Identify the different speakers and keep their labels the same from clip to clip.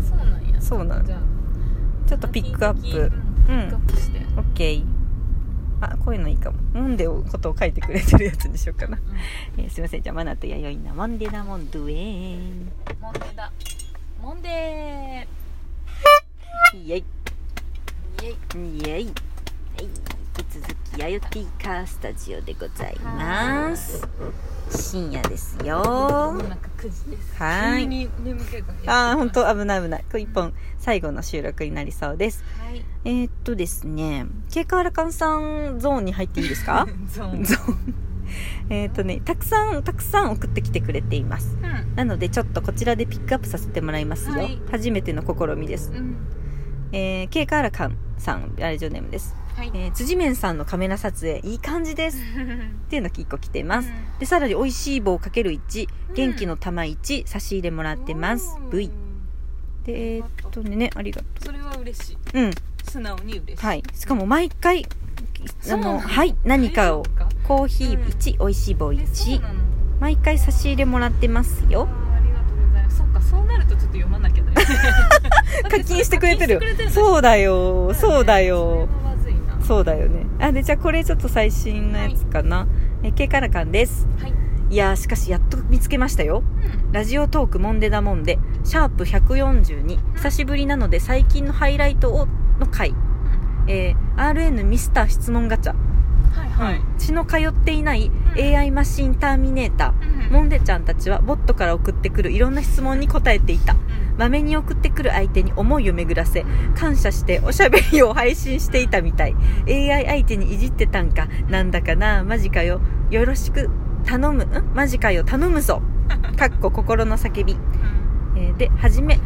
Speaker 1: そうなの
Speaker 2: じゃあ
Speaker 1: ちょっとピックアッ
Speaker 2: うん
Speaker 1: プ
Speaker 2: ピックアップして、
Speaker 1: オッケーあこういうのいいかもモンデをことを書いてくれてるやつにしようかな、 えーすいませんじゃあマナと弥生のモンデダモンドゥエ
Speaker 2: う
Speaker 1: ーン
Speaker 2: ん、モンデーだモンデーイ
Speaker 1: イエイ
Speaker 2: エイ
Speaker 1: イエイはい引き続きやよティーカースタジオでございます深夜ですよ
Speaker 2: 間も
Speaker 1: は
Speaker 2: なく9時です
Speaker 1: ー
Speaker 2: 急
Speaker 1: い
Speaker 2: に眠気がやってきます
Speaker 1: ああ本当危ない危ないこれ一本最後の収録になりそうです
Speaker 2: はい
Speaker 1: えー、っとですね経過原換算ゾーンに入っていいですか
Speaker 2: ゾー
Speaker 1: ゾ
Speaker 2: ン
Speaker 1: ーン えーっとねたくさんたくさん送ってきてくれていますなのでちょっとこちらでピックアップさせてもらいますよ、
Speaker 2: はい
Speaker 1: 初めての試みです
Speaker 2: うん、うん、
Speaker 1: えー、経過原換さんラジオネームです
Speaker 2: はい、
Speaker 1: えー、辻面さんのカメラ撮影いい感じですっていうの1個来てます、でさらに美味しい棒かける1元気の玉1差し入れもらってます、V でえーっとねありがと
Speaker 2: それは嬉しいう
Speaker 1: うん
Speaker 2: 素直に嬉しい
Speaker 1: はいしかも毎回あ
Speaker 2: そうな
Speaker 1: の
Speaker 2: の
Speaker 1: はい何かを
Speaker 2: 大丈夫か
Speaker 1: コーヒ
Speaker 2: うん
Speaker 1: ー1、美味しい棒
Speaker 2: えそう
Speaker 1: 1
Speaker 2: なの
Speaker 1: 毎回差し入れもらってます
Speaker 2: あ
Speaker 1: よ
Speaker 2: ーありがとうございますそっかそうなるとちょっと読まなきゃだよねだってそれ
Speaker 1: 課金してくれてる
Speaker 2: 課金してくれてるんだ
Speaker 1: そうだよそうだよ
Speaker 2: それはまずいなは
Speaker 1: そうだよねあでじゃあこれちょっと最新のやつかな、えケカラカンです
Speaker 2: い、
Speaker 1: いやーしかしやっと見つけましたよ
Speaker 2: うん、
Speaker 1: ラジオトークモンデダモンデシャープ142久しぶりなので最近のハイライトをの回、えー RN ミスター質問ガチャ、
Speaker 2: はいはい、
Speaker 1: 血の通っていない
Speaker 2: うん
Speaker 1: AI マシンターミネーター、
Speaker 2: うん
Speaker 1: モンデちゃんたちはボットから送ってくるいろんな質問に答えていた
Speaker 2: うん
Speaker 1: まめに送ってくる相手に思いを巡らせ感謝しておしゃべりを配信していたみたい AI 相手にいじってたんかなんだかなマジかよよろしく頼むんマジかよ頼む ぞかっこ心の叫びえーで初め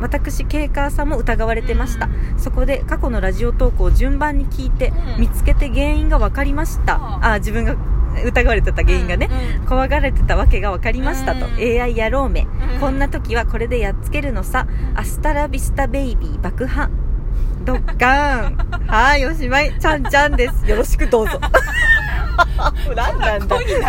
Speaker 1: 私ケイカーさんも疑われてました、
Speaker 2: うん
Speaker 1: そこで過去のラジオ投稿を順番に聞いて、
Speaker 2: うん
Speaker 1: 見つけて原因が分かりました、
Speaker 2: あ
Speaker 1: あー自分が疑われてた原因がね、
Speaker 2: うん
Speaker 1: 怖がられてたわけが分かりましたと、
Speaker 2: うん
Speaker 1: AI やろうめ、
Speaker 2: うん
Speaker 1: こんな時はこれでやっつけるのさ、
Speaker 2: うん
Speaker 1: アスタラビスタベイビー爆破ドッカーン はいおしまいちゃんちゃんですよろしくどう ぞ何なんだ
Speaker 2: 濃いな結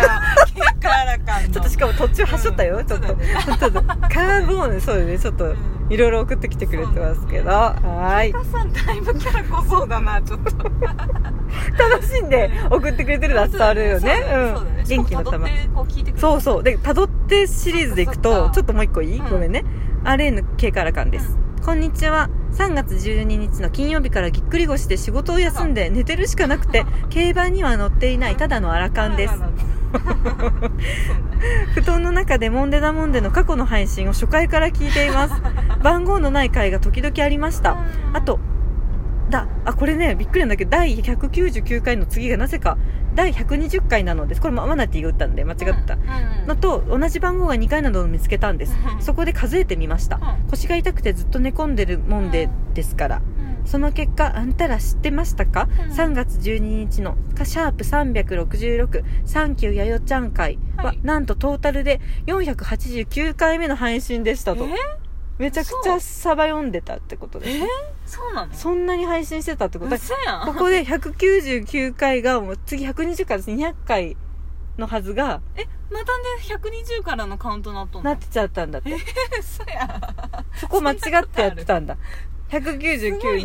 Speaker 2: 果らかんの
Speaker 1: ちょっとしかも途中はしょったよ、
Speaker 2: うん
Speaker 1: ちょっと、
Speaker 2: そうだね
Speaker 1: ちょっとカーボーンそうだねちょっと、
Speaker 2: うん
Speaker 1: いろいろ送ってきてくれてますけど、はーい
Speaker 2: お母さんだいぶキャラ濃そうだなちょっと
Speaker 1: 楽しんで送ってくれてるのは伝わるよね
Speaker 2: そうだ
Speaker 1: うん
Speaker 2: そうだ
Speaker 1: 元気の
Speaker 2: しかも
Speaker 1: 玉
Speaker 2: 辿ってこう聞いてくれる
Speaker 1: そうそうで辿ってシリーズでいく
Speaker 2: そっかそ
Speaker 1: と
Speaker 2: っか
Speaker 1: ちょっともう一個いい、
Speaker 2: うん
Speaker 1: ごめんね RN 経過らかんです、
Speaker 2: う
Speaker 1: こんにちは3月12日の金曜日からぎっくり腰で仕事を休んで寝てるしかなくて 競馬には乗っていないただのアラカンです
Speaker 2: あらららそうね
Speaker 1: 布団の中でモンデダモンデの過去の配信を初回から聞いています 番号のない回が時々ありましたあとだあこれねびっくりなんだけど第199回の次がなぜか第120回なのですこれもマナティが打ったんで間違った、
Speaker 2: うんうん
Speaker 1: のと同じ番号が2回などを見つけたんですそこで数えてみました
Speaker 2: う
Speaker 1: 腰が痛くてずっと寝込んでるもんでですからその結果あんたら知ってましたか、
Speaker 2: うん
Speaker 1: 3月12日の「シャープ #366 サンキューやよちゃん会は」
Speaker 2: はい
Speaker 1: なんとトータルで489回目の配信でしたと
Speaker 2: え
Speaker 1: めちゃくちゃサバ読んでたってことです
Speaker 2: えそうなの
Speaker 1: そんなに配信してたってことだ
Speaker 2: 嘘や
Speaker 1: こ
Speaker 2: ん
Speaker 1: こで199回がもう次120回です200回のはずが
Speaker 2: えまたね120からのカウントなっとんの
Speaker 1: なってちゃったんだって
Speaker 2: 嘘やん
Speaker 1: そこ間違ってやってたんだ
Speaker 2: すごい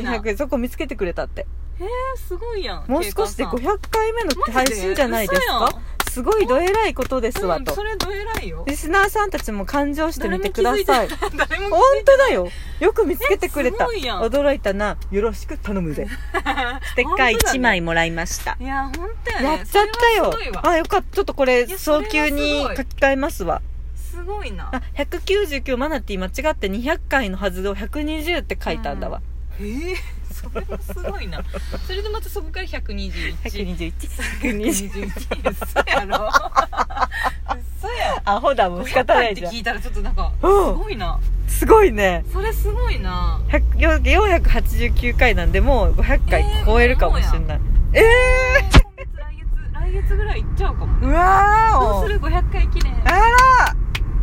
Speaker 2: な
Speaker 1: 199200そこ見つけてくれたって
Speaker 2: えー、すごいやん
Speaker 1: もう少しで
Speaker 2: 警官さん
Speaker 1: 500回目の配信じゃないです
Speaker 2: マ
Speaker 1: か
Speaker 2: ジで嘘
Speaker 1: すごいどえらいことですわ
Speaker 2: うん
Speaker 1: と
Speaker 2: それどえらいよ
Speaker 1: リスナーさんたちも感情してみてください
Speaker 2: 誰も
Speaker 1: 本当だよよく見つけてくれた
Speaker 2: えすごいやん
Speaker 1: 驚いたなよろしく頼むぜステッカー1枚もらいました
Speaker 2: いや本当やね
Speaker 1: やっちゃった
Speaker 2: それはすごい
Speaker 1: よ
Speaker 2: わ
Speaker 1: あよかったちょっとこれ
Speaker 2: いやそれ
Speaker 1: 早
Speaker 2: はすご
Speaker 1: 急
Speaker 2: い
Speaker 1: に書き換えますわ
Speaker 2: すごいな
Speaker 1: あ199マナティ間違って200回のはずを120って書いたんだわ
Speaker 2: えー、それもすごいなそれでまたそこから121
Speaker 1: 121120
Speaker 2: 121嘘やろ嘘や
Speaker 1: アホだもん仕方ない
Speaker 2: って
Speaker 1: じゃん
Speaker 2: 聞いたらちょっとなんかす
Speaker 1: うん
Speaker 2: ごいな
Speaker 1: すごいね
Speaker 2: それすごいな
Speaker 1: 100 489回なんでもう500回超えるかもしれないえ
Speaker 2: えー今月来月来月ぐらい行っちゃうかも
Speaker 1: ー、うわー
Speaker 2: どうする500回記念
Speaker 1: あら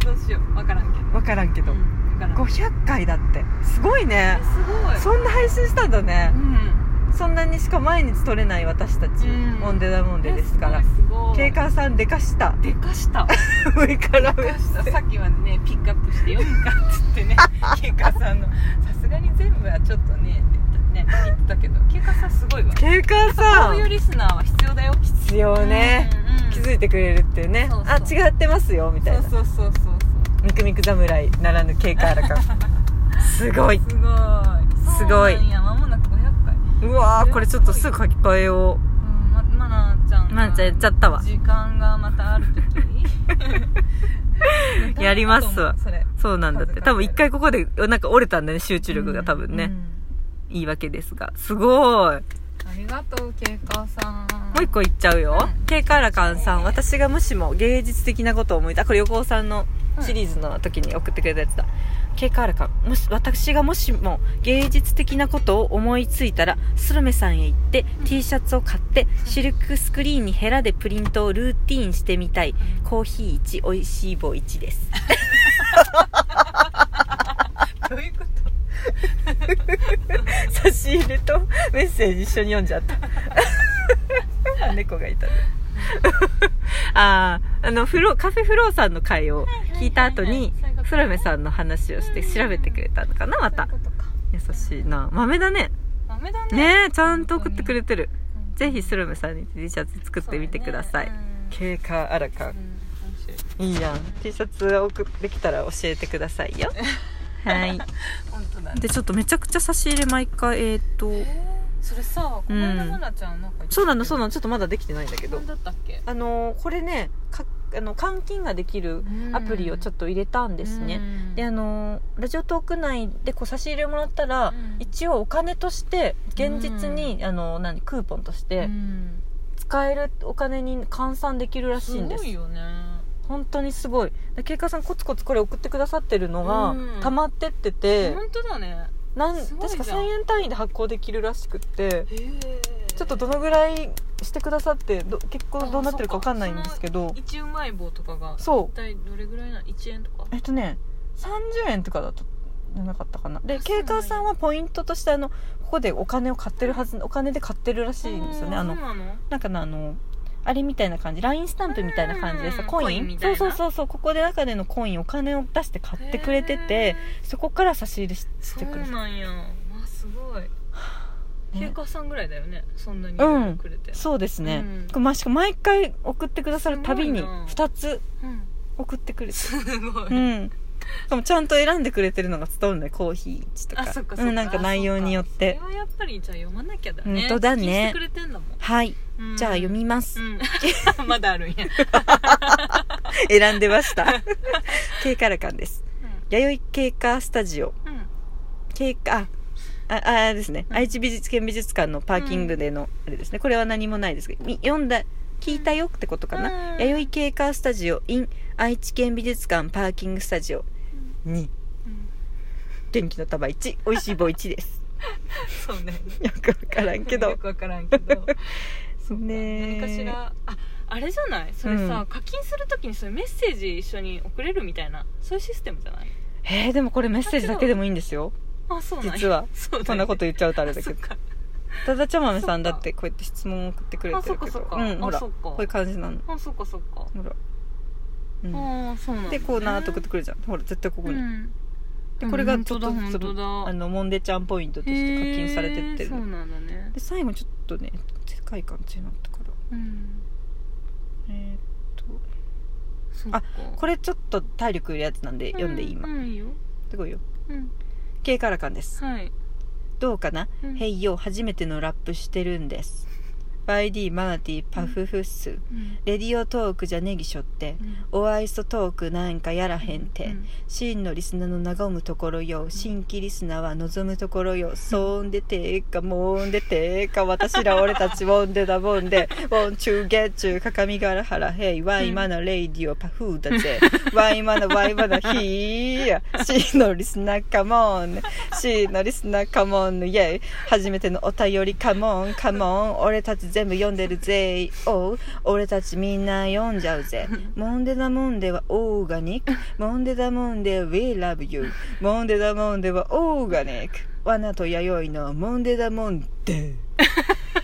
Speaker 2: どうしよう分からんけど、
Speaker 1: 分からんけど、
Speaker 2: うん、分からん
Speaker 1: 500回だってすごいね
Speaker 2: えすごい
Speaker 1: そんな配信したんだね
Speaker 2: う、ん
Speaker 1: そんなにしか毎日撮れない私たち、
Speaker 2: うん
Speaker 1: モンデダモンデですから
Speaker 2: えすごい
Speaker 1: 警官さんでかした
Speaker 2: でかした
Speaker 1: 上から
Speaker 2: さっきまでねピックアップして読むかっつってねケイカさんのさすさに全部はちょっとねって言った,、ね、言ってたけど経過さすごいわ
Speaker 1: 経過
Speaker 2: こ
Speaker 1: さ
Speaker 2: ういうリスナーは必要だよ
Speaker 1: 必要ね、
Speaker 2: うんうん
Speaker 1: 気づいてくれるっていうね
Speaker 2: そうそう
Speaker 1: あ違ってますよみたいな
Speaker 2: そうそうそうそうそ
Speaker 1: ミクミク侍ならぬ経過あら かすごいう
Speaker 2: すごい
Speaker 1: すごい
Speaker 2: そうなんやまもなく500回
Speaker 1: うわーこれちょっとすぐ書き換えよ
Speaker 2: うんままなちゃん
Speaker 1: う
Speaker 2: が
Speaker 1: まなちゃんやっちゃったわ
Speaker 2: 時間がまたある時に
Speaker 1: や りますわ
Speaker 2: それ
Speaker 1: そうなんだって多分一回ここでなんか折れたんだね集中力が多分ね、
Speaker 2: うんうん
Speaker 1: 言い訳ですがすごいも
Speaker 2: ありがとうケイカさん
Speaker 1: う一個言っちゃうよ、
Speaker 2: うん
Speaker 1: ケイカーラカンさん私がもしも芸術的なことを思いたこれ横尾さんのシリーズの時に送ってくれたやつだ、ケイカーラカンもし私がもしも芸術的なことを思いついたらスルメさんへ行って、
Speaker 2: うん
Speaker 1: T シャツを買ってシルクスクリーンにヘラでプリントをルーティンしてみたいコーヒー1おいしい棒1です
Speaker 2: どういうこ
Speaker 1: 差し入れとメッセージ一緒に読んじゃった猫がいたね あああのフローカフェフローさんの会を聞いた後に
Speaker 2: はいはいはいはい
Speaker 1: スルメさんの話をして調べてくれたのかなま
Speaker 2: と
Speaker 1: た
Speaker 2: そういうことか
Speaker 1: 優しいな豆だね
Speaker 2: ダメだね
Speaker 1: ねえちゃんと送ってくれてる
Speaker 2: うん
Speaker 1: ぜひスルメさんに T シャツ作ってみてください、
Speaker 2: そうねうん
Speaker 1: 経過あらか
Speaker 2: うん面白い
Speaker 1: いいやん T シャツ送ってきたら教えてくださ いよはい
Speaker 2: 本当だね
Speaker 1: でちょっとめちゃくちゃ差し入れ毎回えー、っと
Speaker 2: えーそれさこの間
Speaker 1: うん
Speaker 2: まなちゃんなんか言ってた
Speaker 1: そうなのそうなのちょっとまだできてないんだけど
Speaker 2: 何だったっけ
Speaker 1: あのーこれねかあの換金ができるアプリをちょっ
Speaker 2: と
Speaker 1: と入れたんですね、であのーラジオトーク内でこう差し入れもらったら、
Speaker 2: うん
Speaker 1: 一応お金として現実に、あのー何クーポンとして使えるお金に換算できるらしいんです
Speaker 2: すごいよね
Speaker 1: 本当にすごいでケイカさんコツコツこれ送ってくださってるのが、
Speaker 2: うん
Speaker 1: 溜まってってて、
Speaker 2: 本当だね
Speaker 1: なん
Speaker 2: すごいじゃん
Speaker 1: 確か1000円単位で発行できるらしくって
Speaker 2: へえ
Speaker 1: ちょっとどのぐらいしてくださってど結構どうなってるか分かんないんですけど
Speaker 2: 一うまい棒とかが
Speaker 1: そう
Speaker 2: 一体どれぐらいなの1円とか
Speaker 1: えっとね30円とかだとじゃなかったかなで
Speaker 2: あそう
Speaker 1: ケ
Speaker 2: な
Speaker 1: イ
Speaker 2: んや
Speaker 1: カーさんはポイントとしてあのここでお金を買ってるはずお金で買ってるらしいんですよねあの
Speaker 2: そうなの
Speaker 1: なんかなあのあれみたいな感じ LINE スタンプみたいな感じでさ
Speaker 2: うん
Speaker 1: コ
Speaker 2: コ
Speaker 1: イ
Speaker 2: イン
Speaker 1: ン
Speaker 2: みたい
Speaker 1: そう
Speaker 2: な
Speaker 1: そうそうそうここで中でのコインお金を出して買ってくれててそこから差し入れし
Speaker 2: へー
Speaker 1: してく
Speaker 2: そ
Speaker 1: れ
Speaker 2: う
Speaker 1: る
Speaker 2: なんやあすごい
Speaker 1: ね
Speaker 2: 経過さんぐらいだよねそんなに
Speaker 1: うん
Speaker 2: くれて
Speaker 1: そうですね
Speaker 2: うん、
Speaker 1: これましかも毎回送ってくださるたびに
Speaker 2: すごいな
Speaker 1: 2つ
Speaker 2: うん
Speaker 1: 送ってくれて
Speaker 2: すごい、
Speaker 1: うんしかもちゃんと選んでくれてるのが伝わるねコーヒー1と
Speaker 2: あ
Speaker 1: か
Speaker 2: そっかそっか、
Speaker 1: うんなんか内容によって
Speaker 2: それはやっぱりじゃあ読まなきゃだね
Speaker 1: 本当だね
Speaker 2: 気にしてくれてんだも
Speaker 1: はい、
Speaker 2: ん、うん
Speaker 1: じゃあ読みます、
Speaker 2: うん まだあるんや、
Speaker 1: 選んでました 経過らかんです弥生経過スタジオ
Speaker 2: うんうん
Speaker 1: 経過あああれですね、
Speaker 2: うん
Speaker 1: 愛知美術県美術館のパーキングでのあれですねこれは何もないですけどみ読んだ聞いたよってことかな、
Speaker 2: うん
Speaker 1: 弥生経過スタジオ in 愛知県美術館パーキングスタジオ2
Speaker 2: うん
Speaker 1: 元気の束1おいしい棒1です
Speaker 2: そうね
Speaker 1: よくわからんけど
Speaker 2: よくわからんけど
Speaker 1: ね
Speaker 2: 何かし
Speaker 1: え
Speaker 2: らああれじゃないそれさ、
Speaker 1: うん
Speaker 2: 課金するときにそれメッセージ一緒に送れるみたいなそういうシステムじゃない
Speaker 1: えー、でもこれメッセージだけでもいいんですよ
Speaker 2: あそうなんや
Speaker 1: 実は
Speaker 2: そうだよね
Speaker 1: こんなこと言っちゃうとあれだけ
Speaker 2: そっ
Speaker 1: ど
Speaker 2: か
Speaker 1: ただちゃまめさん
Speaker 2: そ
Speaker 1: だ
Speaker 2: っか
Speaker 1: ってこうやって質問を送ってくれ
Speaker 2: あ
Speaker 1: て
Speaker 2: そ
Speaker 1: る
Speaker 2: っか
Speaker 1: け
Speaker 2: そ
Speaker 1: ど
Speaker 2: っか、
Speaker 1: うんほら
Speaker 2: あそ
Speaker 1: こ
Speaker 2: っか
Speaker 1: ういう感じなの
Speaker 2: あそっかそっか、
Speaker 1: ほら、うん、
Speaker 2: ああそうなんだ
Speaker 1: で
Speaker 2: ね
Speaker 1: こうなーっと送ってくるじゃんほら絶対ここに、
Speaker 2: うん
Speaker 1: でこれがちょっと
Speaker 2: うん本
Speaker 1: ず
Speaker 2: 当
Speaker 1: つ
Speaker 2: だ本当だ
Speaker 1: あのモンデちゃんポイントとして課金されてって
Speaker 2: へー
Speaker 1: る
Speaker 2: そうなんだね
Speaker 1: で最後ちょっとね世界観強いなったから
Speaker 2: うん
Speaker 1: えーっと
Speaker 2: そっか
Speaker 1: あこれちょっと体力いるやつなんで読んでいい今、
Speaker 2: うん、うん、いいよ
Speaker 1: すごいよ
Speaker 2: うん
Speaker 1: 経過らかんです
Speaker 2: はい
Speaker 1: どうかな
Speaker 2: うん
Speaker 1: へいよ初めてのラップしてるんですバイディマナティパフフッス、
Speaker 2: うん
Speaker 1: レディオトークじゃネギしょって
Speaker 2: うん
Speaker 1: おあいそトークなんかやらへんて、
Speaker 2: うん
Speaker 1: 真のリスナーの和むところよ新規リスナーは望むところよそんでてかもんでてか私ら俺たちもんでだもんでウォンチューゲッチューかかみがらはらへいワイマナレイディオパフーだぜワイマナワイマナヒー真のリスナーカモン真のリスナーカモンイェイ初めてのお便りカモンカモン俺たち全部読んでるぜおう俺たちみんな読んじゃうぜモンデダモンデはオーガニックモンデダモンデ We love you モンデダモンデはオーガニック罠と弥生のモンデダモンデ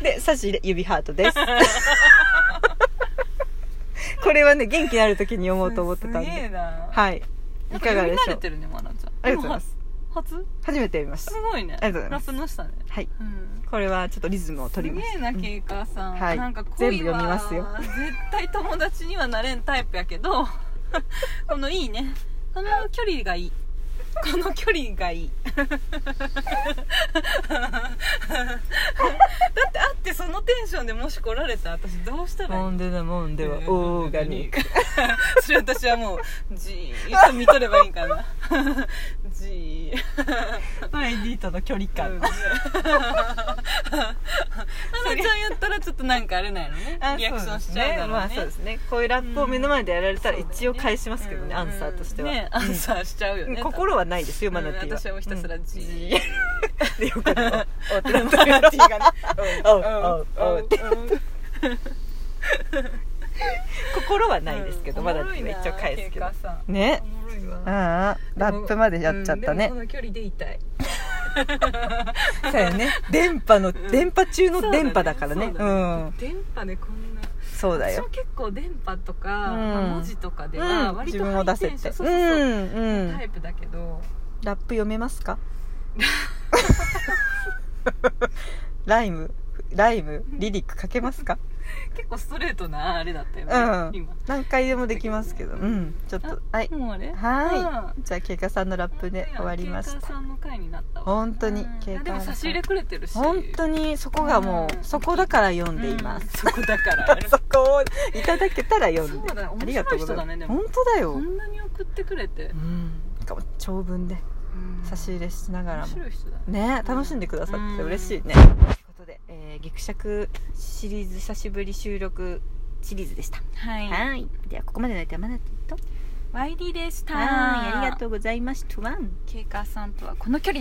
Speaker 1: で差し入れ指ハートです これはね元気になる時に読もうと思ってたん
Speaker 2: すげえ
Speaker 1: で
Speaker 2: な
Speaker 1: はいい
Speaker 2: なん
Speaker 1: かがで
Speaker 2: 読み
Speaker 1: し
Speaker 2: 慣
Speaker 1: ょ
Speaker 2: れ
Speaker 1: う
Speaker 2: てるねまなちゃん
Speaker 1: ありがとうございます
Speaker 2: でも初
Speaker 1: 初めてやりました
Speaker 2: すごいね
Speaker 1: ありがとうございま
Speaker 2: ラ
Speaker 1: す
Speaker 2: ップの下ね
Speaker 1: はい
Speaker 2: うん
Speaker 1: これはちょっとリズムを取ります
Speaker 2: すげえな経過さん、
Speaker 1: うんはい
Speaker 2: なんか恋
Speaker 1: 全部読
Speaker 2: は
Speaker 1: みますよ
Speaker 2: 絶対友達にはなれんタイプやけど このいいねこの距離がいいこの距離がいい だって会ってそのテンションでもし来られたら私どうしたらいい
Speaker 1: もんでなもんではオーガニック
Speaker 2: クそれ私はもうじーっと見とればいいんかな じー
Speaker 1: マイディーとの距離
Speaker 2: うん 花ちゃんやったらちょっとなんかあれないのね
Speaker 1: あ
Speaker 2: リアクションし
Speaker 1: そ
Speaker 2: ち
Speaker 1: うですね
Speaker 2: ゃうだ
Speaker 1: ま
Speaker 2: ろう
Speaker 1: あ
Speaker 2: ね
Speaker 1: そうですねこういうラップを目の前でやられたら一応返しますけどね、
Speaker 2: うん
Speaker 1: アンサーとしては、
Speaker 2: ねアンサーしちゃうよ
Speaker 1: うん
Speaker 2: ね
Speaker 1: 心はないですよ
Speaker 2: うん
Speaker 1: マナティーは、
Speaker 2: 私はもうひた すらじ
Speaker 1: うん
Speaker 2: ー
Speaker 1: じーでよかったおって なっ
Speaker 2: マ
Speaker 1: た
Speaker 2: ナティーがね
Speaker 1: おうおうおうって心はないですけど、
Speaker 2: うん
Speaker 1: マナティーは一応返すけど
Speaker 2: おもろいなケイカさん
Speaker 1: ね
Speaker 2: おもろいわ
Speaker 1: ああラップまでやっちゃ
Speaker 2: う
Speaker 1: った
Speaker 2: んでも
Speaker 1: ね
Speaker 2: こ、の距離でいたい
Speaker 1: そうやね電波の、
Speaker 2: ん
Speaker 1: 電波中
Speaker 2: そう
Speaker 1: の
Speaker 2: だね
Speaker 1: 電波だからね
Speaker 2: そうだね
Speaker 1: うん
Speaker 2: 電波でこんな
Speaker 1: そうだ
Speaker 2: 私
Speaker 1: よ
Speaker 2: は結構電波とか
Speaker 1: うん
Speaker 2: まあ文字とかで
Speaker 1: う
Speaker 2: は
Speaker 1: ん、
Speaker 2: 割
Speaker 1: 自
Speaker 2: と
Speaker 1: 分を
Speaker 2: ハ
Speaker 1: 出
Speaker 2: イ
Speaker 1: せ
Speaker 2: テンションそ
Speaker 1: てう
Speaker 2: うそうそうん
Speaker 1: うん
Speaker 2: タイプだけど
Speaker 1: ラップ読めますかライムライムリリック書けますか
Speaker 2: 結構ストレートなあれだったよね、
Speaker 1: うん
Speaker 2: 今
Speaker 1: 何回でもできますけどうんちょっとはい
Speaker 2: もうあれ
Speaker 1: は
Speaker 2: う
Speaker 1: いじゃあケイカさんのラップ
Speaker 2: ん
Speaker 1: で終わりまし
Speaker 2: ケイカ
Speaker 1: た
Speaker 2: ーさんの回になったわ
Speaker 1: 本当に
Speaker 2: うん
Speaker 1: ケイカ
Speaker 2: でも差し入れくれてるし
Speaker 1: 本当にそこがも
Speaker 2: うん
Speaker 1: うそこだから読んでいます、
Speaker 2: うんそこだから
Speaker 1: そこをいただけたら読んで
Speaker 2: そうだね
Speaker 1: ありがとうございま
Speaker 2: 面白い人だ
Speaker 1: す
Speaker 2: ねでも
Speaker 1: 本当だ
Speaker 2: こ
Speaker 1: よ
Speaker 2: んなに送ってくれて
Speaker 1: うんしかも長文で差し入れしながら
Speaker 2: 面
Speaker 1: も
Speaker 2: 白い人だね
Speaker 1: ね
Speaker 2: うん
Speaker 1: 楽しんでくださってて
Speaker 2: うん
Speaker 1: 嬉しいね、ということで、えー、ギクシャクシリーズ久しぶり収録シリーズでした、
Speaker 2: はい
Speaker 1: はいではここまでの相手はマナティと
Speaker 2: YD でした
Speaker 1: はいありがと
Speaker 2: う
Speaker 1: うございました
Speaker 2: ケイカーさんとはこの距離で